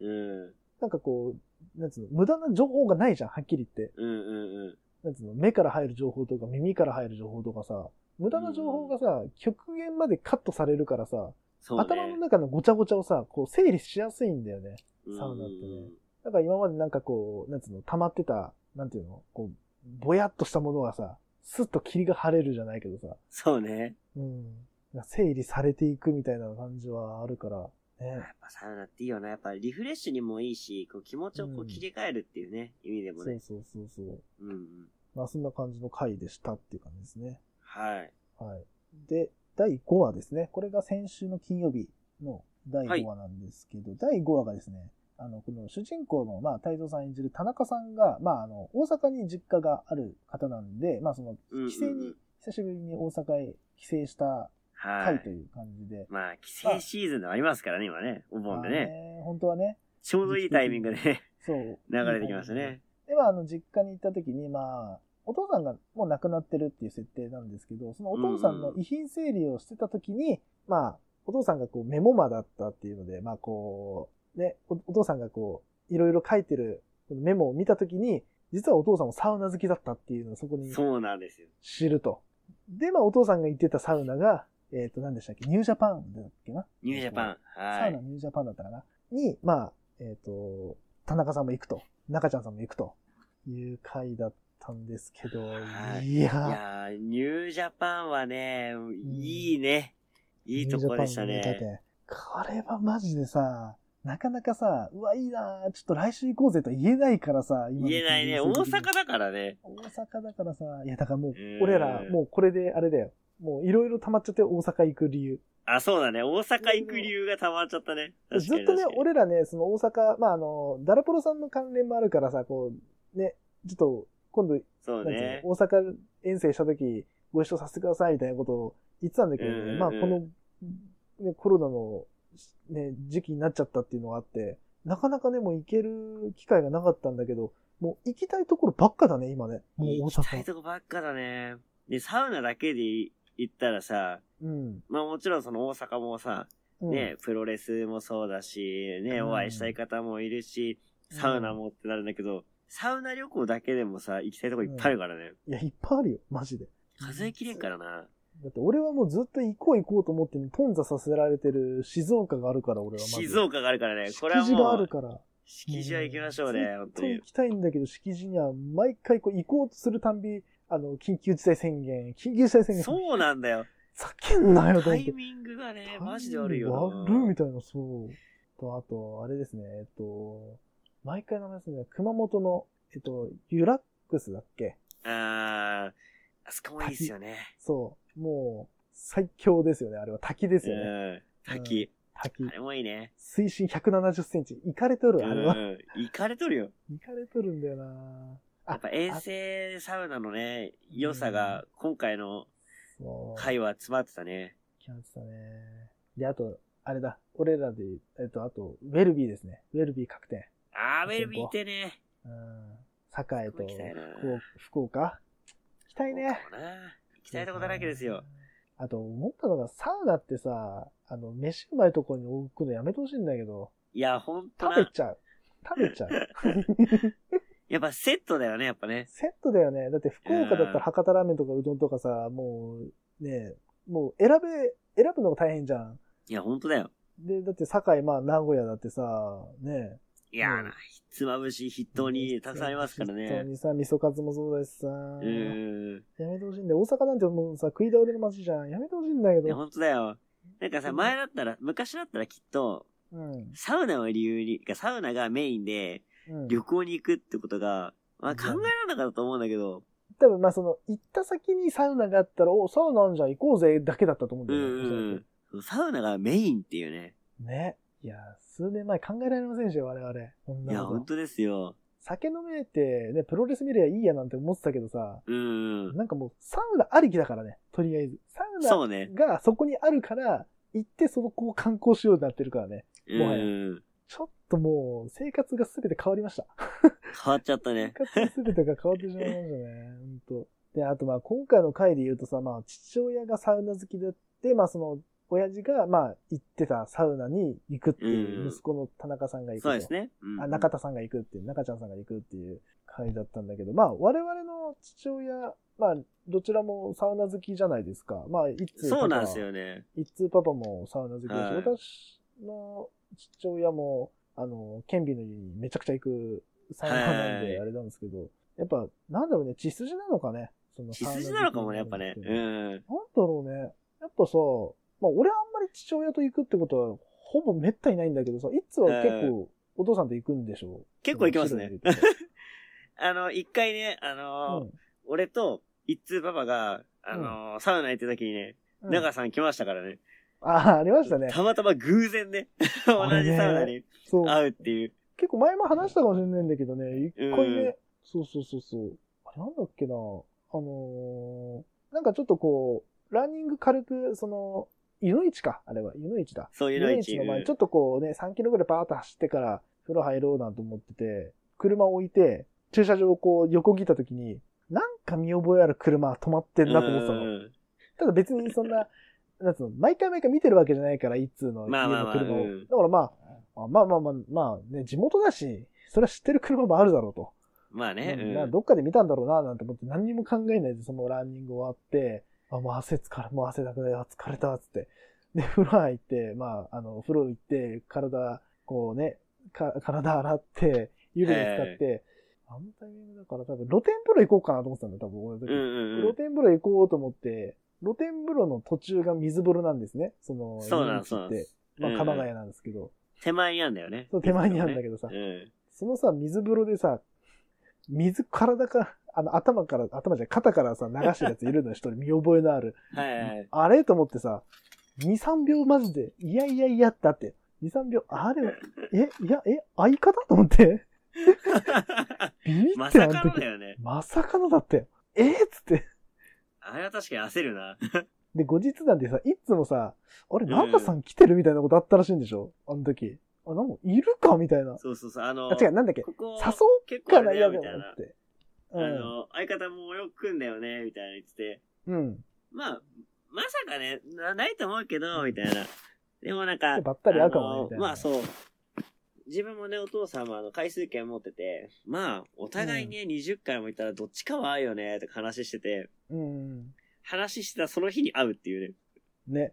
B: うん。うん
A: なんかこう、なんつうの、無駄な情報がないじゃん、はっきり言って。
B: うんうん。
A: なんつうの、目から入る情報とか耳から入る情報とかさ、無駄な情報がさ、極限までカットされるからさ、
B: そう
A: 頭の
B: ね。
A: 中のごちゃごちゃをさ、こう整理しやすいんだよね。サウナってね
B: うん
A: だから今までなんかこう、なんつうの、溜まってた、なんていうの、こう、ぼやっとしたものがさ、スッと霧が晴れるじゃないけどさ、
B: そうね。
A: うん。整理されていくみたいな感じはあるから、ね
B: や。っぱサウナっていいよな。やっぱリフレッシュにもいいし、こう気持ちをこ
A: う
B: うん切り替えるっていうね、意味で
A: そ
B: も
A: う
B: ね。
A: そうそうそう。
B: うんうん。
A: まあそんな感じの回でしたっていう感じですね。
B: はい。
A: はい。で、第5話ですね。これが先週の金曜日の第5話なんですけど、第5話がですね、あの、この主人公の、まあ、太蔵さん演じる田中さんが、まあ、あの、大阪に実家がある方なんで、まあ、その、
B: うんうんうん
A: 帰省に、久しぶりに大阪へ帰省した
B: は
A: 回
B: い
A: と。いう感じで。
B: まあ、帰省シーズンではありますからね、今ね。お
A: ま
B: 盆
A: あ
B: でね。
A: ね本当はね、
B: ちょうどいいタイミングでね
A: そう。
B: 流れてきましたね。
A: で、まあ、あの、実家に行った時に、まあ、お父さんがもう亡くなってるっていう設定なんですけど、そのお父さんの遺品整理をしてた時に、まあ、お父さんがこうメモマだったっていうので、まあ、こう、ね、おお父さんがこう、いろいろ書いてるメモを見た時に、実はお父さんもサウナ好きだったっていうのをそこに
B: そうなんですよ。
A: 知ると。で、まあ、お父さんが行ってたサウナが、えっ、と、何でしたっけニュージャパンだっけな
B: ニュージャパン。
A: サ
B: は
A: ウナ
B: い。
A: ニュージャパンだったかなに、まあ、えっ、と、田中さんも行くと、中ちゃんさんも行くという回だったんですけど、、
B: はい
A: や
B: いいやー、ニュージャパンはね、いいね。いいとこでした
A: ニュージャパンのネ
B: ね。
A: タでこれはマジでさ、なかなかさ、うわ、いいなーちょっと来週行こうぜと言えないからさ、今の
B: 言えないね。大
A: 感じ
B: 阪だからね。
A: 大阪だからさ、いや、だからもう
B: う、ん
A: 俺ら、もうこれであれだよ。もういろいろ溜まっちゃって大阪行く理由。
B: あ、そうだね。大阪行く理由がたまっちゃったね。確
A: ず
B: か
A: っ
B: に
A: とね
B: 確か、に
A: 俺らね、その大阪、まあ、あの、ダラポロさんの関連もあるからさ、こう、ね、ちょっと、今度、
B: そう
A: なんていう
B: ね
A: の。大阪遠征した時、ご一緒させてくださいみたいなことを言ってたんだけどね、
B: うんうんうん
A: まあ、この、ね、コロナの、ね、時期になっちゃったっていうのがあって、なかなかね、もう行ける機会がなかったんだけど、もう行きたいところばっかだね、今ね。もう大
B: 行きたい
A: 阪。
B: とこばっかだね。で、サウナだけで行ったらさ、
A: うん。
B: まあもちろんその大阪もさ、
A: うん
B: ね、プロレスもそうだし、ね、
A: うん
B: お会いしたい方もいるし、サウナもってなるんだけど、サウナ旅行だけでもさ、行きたいとこいっぱいあるからね。
A: いや、いっぱいあるよ、マジで。
B: 数えきれんからな。
A: だって俺はもうずっと行こう行こうと思って、頓挫させられてる静岡があるから、俺はまず。
B: 静岡があるからね。これは
A: 敷地が
B: も
A: ある
B: う、
A: から。
B: 敷地は行きましょうね、本
A: ず
B: 当
A: っ
B: に
A: と行。きたいんだけど、敷地には毎回こう行こうとするたんび、あの、緊急事態宣言、緊急事態宣言、ふ
B: そうなんだ よ。
A: ざけんなよ、と
B: タ
A: 思っ
B: イ
A: て。
B: ミングがね、マジで悪いよな。
A: 悪いみたいな、そう。と、あと、あれですね、えっと、毎回名前ですね、熊本の、えっと、ユラックスだっけ
B: あー、あそこもいいですよね。
A: そう。もう、最強ですよね、あれは。滝です
B: う
A: よね。
B: ん。滝。
A: 滝
B: あ。れもいいね。
A: 水深170センチ。行かれと
B: う
A: る、あれは。
B: ん。行かれとるよ。
A: 行かれとるんだよな
B: やっぱ衛星サウナのね、良さが今回の
A: そう。
B: 回は詰まってたね。
A: キャンしたね。で、あと、あれだ。俺らで、えっと、あと、ウェルビーですね。ウェルビー確定。
B: あー、ウェルビーってね。
A: うん。堺と
B: 行きたいな
A: 福岡福岡行きたい
B: そう
A: ね。
B: かもな。行きたいとこだらけですよ。。
A: あと、思ったのが、サウナってさ、あの、飯うまいところに置くのやめてほしいんだけど、
B: いや、ほんと
A: 食べ
B: な。
A: ちゃう。食べちゃう。
B: やっぱセットだよね、やっぱね。
A: セットだよね。だって福岡だったら博多ラーメンとかうどんとかさ、もう、ね、もう選べ、選ぶのが大変じゃん。
B: いや、ほんとだよ。
A: で、だって堺、まあ名古屋だってさ、ね、
B: いやー
A: うん
B: な、ひつまぶし筆頭にたくさんありますから
A: 本当
B: ね。
A: にさ、味噌カツもそうだしさ、
B: うーん。
A: やめてほしいんだよ。大阪なんてもうさ、食い倒れの街じゃん。やめてほしいんだけ
B: いや、
A: ど。
B: ほんとだよ。なんかさ、前だったら、昔だったらきっと、
A: うん。
B: サウナを理由に、サウナがメインで
A: うん
B: 旅行に行くってことが、まあ
A: うん
B: 考えられなかったと思うんだけど、
A: 多分まあその、行った先にサウナがあったら、お、サウナあんじゃん、行こうぜ、だけだったと思うん
B: う
A: だ
B: ん
A: よね。おそら
B: うんうん。サウナがメインっていうね。
A: くね。いや、数年前考えられませんでしたよ、我々。こん
B: いや、
A: なこ
B: 本
A: と。
B: 当ですよ。
A: 酒飲めて、ね、プロレス見りゃいいやなんて思ってたけどさ、
B: うんうん。
A: なんかもうサウナありきだからね、とりあえず。サウナ
B: そうね。
A: がそこにあるから、行ってそのこう観光しようになってるからね。
B: うんうん。
A: ちょっともう生活が全て変わりました。
B: 変わっちゃったね。
A: 生活全てが変わってしまいましたね。 本当。で、あとまあ今回の回で言うとさ、まあ父親がサウナ好きでって、まあその、親父がまあ行ってたサウナに行くっていうう、
B: ん
A: 息子の田中さんが行くと。
B: そうですね。うん
A: あ、中田さんが行くっていう、中ちゃんさんが行くっていう回だったんだけど、まあ我々の父親、まあどちらもサウナ好きじゃないですか。まあ一通
B: そうなんです
A: よ
B: よね。
A: 一通パパもサウナ好きだし、
B: はい
A: 私の父親も、あの、ケンビの家にめちゃくちゃ行くサウナなん
B: はい
A: で、あれなんですけど、やっぱ、なんだろうね、血筋なのかね。その
B: 血筋なのかもね、やっぱね。
A: サウナ
B: う
A: 好きなんだ
B: ん。
A: ろうね。やっぱさ、まあ俺あんまり父親と行くってことは、ほぼめったにないんだけどさ、いつは結構お父さんと行くんでしょ
B: 結構行きますね。
A: その白い家とか
B: あの、一回ね、あ のー、俺と、一通パパが、あのー、サウナ行った時にね、
A: うんうん
B: 長さん来ましたからね。
A: ああ、ありましたね。
B: たまたま偶然ね、同
A: あれ
B: じ
A: ね
B: サウナに
A: そう。
B: 会うっていう。
A: 結構前も話したかもしれないんだけどね、一回
B: う
A: ね
B: ん、
A: そうそうそうそう。あれなんだっけな、あのー、なんかちょっとこう、ランニング軽く、その、湯の市か、あれは、湯の市だ。
B: そういう
A: 湯
B: の
A: の
B: 一
A: 市の前、
B: う
A: ちょっとこうね、3キロぐらいバーッと走ってから、風呂入ろうなんて思ってて、車を置いて、駐車場をこう横切った時に、なんか見覚えある車止まってんなと思ってたの。
B: ん
A: ただ別にそんな、なんつうの、毎回毎回見てるわけじゃないから、一通の家
B: まあまあま
A: の
B: あ
A: 車を。
B: うん
A: だからまあ、あまあまあまあ、まあね、地元だし、それは知ってる車もあるだろうと。
B: まあね。う
A: なんどっかで見たんだろうな、なんて思って何にも考えないでそのランニング終わって、あ、もう汗疲れ、もう汗だくだよ、疲れた、つって。で、風呂入って、まあ、あの、風呂行って、体、こうね、か体洗って、湯船使って、あのタイミングだから多分露天風呂行こうかなと思ってたんだよ、多分俺の時。
B: うんうんう
A: 露
B: ん。
A: 天風呂行こうと思って、露天風呂の途中が水風呂なんですね。その、
B: そう
A: 湯
B: なん
A: 道って
B: そう
A: ま
B: なん
A: あ、
B: うん
A: 鎌ヶ谷なんですけど、
B: 手前にあんだよね。
A: そう手前にあるんだけどさ、
B: うん。
A: そのさ、水風呂でさ、水、体から、あの、頭から、頭じゃない肩からさ、流してるやついるのよ、一人、見覚えのある。
B: はいはいはい。
A: あれと思ってさ、2、3秒マジで、いやいやいやってあって、2、3秒、あれは、え、いや、え、相方と思って、ビビ
B: ま
A: ってあの
B: さかのだ
A: 時、
B: よね。
A: まさかのだったよ。えーっつって。
B: あれは確かに焦るな。
A: で、後日談でさ、いつもさ、あれ、ナンバさん来てるみたいなことあったらしいんでしょあの時。あ、なんか、いるかみたいな。
B: そうそうそう。あの
A: あ、、違う、なんだっけ。
B: ここ
A: 誘
B: 結
A: うか
B: 構あ
A: ら
B: れだ
A: 嫌だ
B: よみ
A: よ
B: たいな
A: っ。て。う
B: あ
A: ん。
B: の、相方もよく来んだよね、みたいな言ってて。
A: うん。
B: まあ、まさかね、なないと思うけど、みたいな。でもなんか、
A: ばったり会うかもね、
B: あ
A: みたい
B: の
A: な。
B: まあそう。自分もね、お父さんもあの、回数券持ってて、まあ、お互いね、20回も行ったらどっちかは会うよね、とか話してて、
A: うん。
B: 話してたその日に会うっていう
A: ね。
B: ね。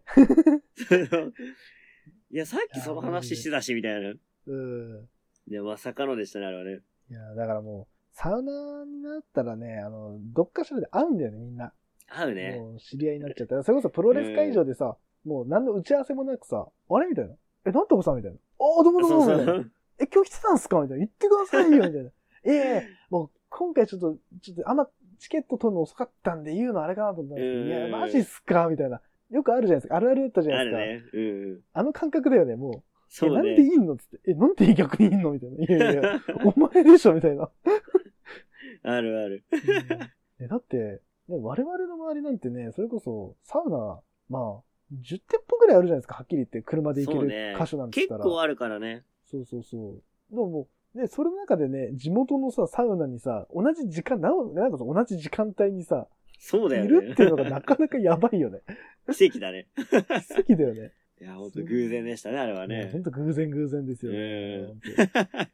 B: いや、さっきその話してたし、みたいな。
A: うん。
B: で、まさかのでしたね、あれはね。
A: いや、だからもう、サウナになったらね、あの、どっかしらで会うんだよね、みんな。
B: 会うね。
A: もう知り合いになっちゃった。それこそプロレス会場でさ、もう何の打ち合わせもなくさ、あれみたいな。え、なんとこさんみたいな。あ、どうもどう
B: そ
A: も
B: う
A: みたい
B: そ
A: な。
B: う。
A: え、今日来てたんすかみたいな。言ってくださいよ、みたいな。 ええもう今回ちょっと、ちょっとあんまチケット取るの遅かったんで言うのあれかなと思ったんですけど、
B: うん
A: いや、マジっすかみたいな。よくあるじゃないですか。あるあるだったじゃな
B: あ
A: いです
B: る
A: か。
B: ね。うん。
A: あの感覚だよね、もう。
B: そ
A: え、な
B: うんね
A: で。いいのつって。え、なんで逆にいいのみたいな。いやいや、 お前でしょみたいな。
B: あるある。
A: えだって、ね、我々の周りなんてね、それこそ、サウナ、まあ、10店舗ぐらいあるじゃないですか、はっきり言って。車で行け
B: そうね
A: る箇所なんて言っ
B: 結
A: たら。
B: 構あるからね。
A: そうそうそう。でももう、ね、それの中でね、地元のさ、サウナにさ、同じ時間、なおなんかさ同じ時間帯にさ、
B: そう
A: い
B: だよね。
A: るっていうのがなかなかやばいよ ね。
B: 奇跡だね。
A: 奇跡だよね。
B: いや、ほんと偶然でしたね、あれはね
A: ほ。んと偶然偶然ですよね。
B: う
A: 本当に だか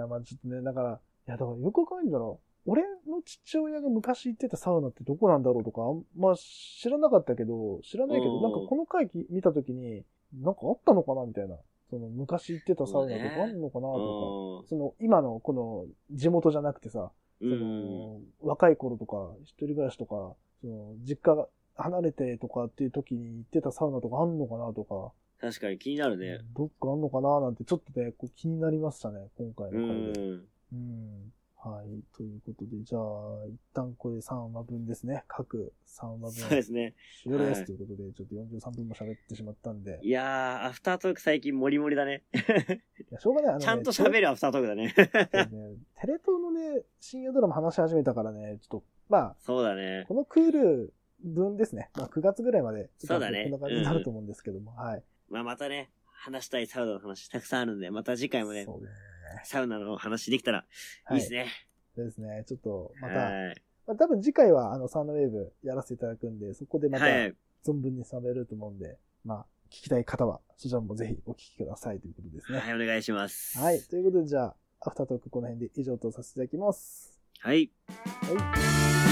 A: らまあちょっとね、だから、いや、だからよくわかんないんだろう。俺の父親が昔行ってたサウナってどこなんだろうとか、あんま知らなかったけど、知らないけ
B: う
A: ど、
B: ん
A: なんかこの回見たときに、なんかあったのかなみたいな。その昔行ってたサウナとかあんのかな
B: う
A: とか。
B: ん。
A: その、今のこの、地元じゃなくてさ、
B: う
A: そ
B: ん。
A: の、若い頃とか、一人暮らしとか、その、実家が離れてとかっていう時に行ってたサウナとかあんのかなとか、
B: 確かに気になるね。
A: どっかあんのかななんてちょっとね、こう気になりましたね、今回
B: う
A: の回で。
B: ん。
A: うん。はい。ということで、じゃあ、一旦これ3話分ですね。各3話分
B: そうですね。
A: 終了で
B: は
A: す。
B: い
A: ということで、ちょっと43分も喋ってしまったんで。い
B: いやー、アフタートーク最近モリモリだね。
A: や、しょうがない。あのね
B: ちゃんと喋るアフタートークだね。
A: ちょっとねテレ東のね、深夜ドラマ話し始めたからね、ちょっと、まあ、
B: そうだね。
A: このクール分ですね。まあ、9月ぐらいまで、
B: そうだね
A: こんな感じになると思うんですけども、はい。
B: まあまたね、話したいサウナの話たくさんあるんで、また次回もね、
A: そうね。
B: サウナの話できたらいい
A: はい。
B: ですね。
A: そうですね。ちょっと、ま
B: は
A: た、
B: い。
A: まあ、多分次回は、あの、サウンドウェーブやらせていただくんで、そこでまた、
B: はい。
A: 存分に喋れると思うんで、まあ、聞きたい方は、そちらもぜひお聞きくださいということですね。
B: はい、お願いします。
A: はい。ということで、じゃあ、アフタートークこの辺で以上とさせていただきます。
B: はい。
A: はい。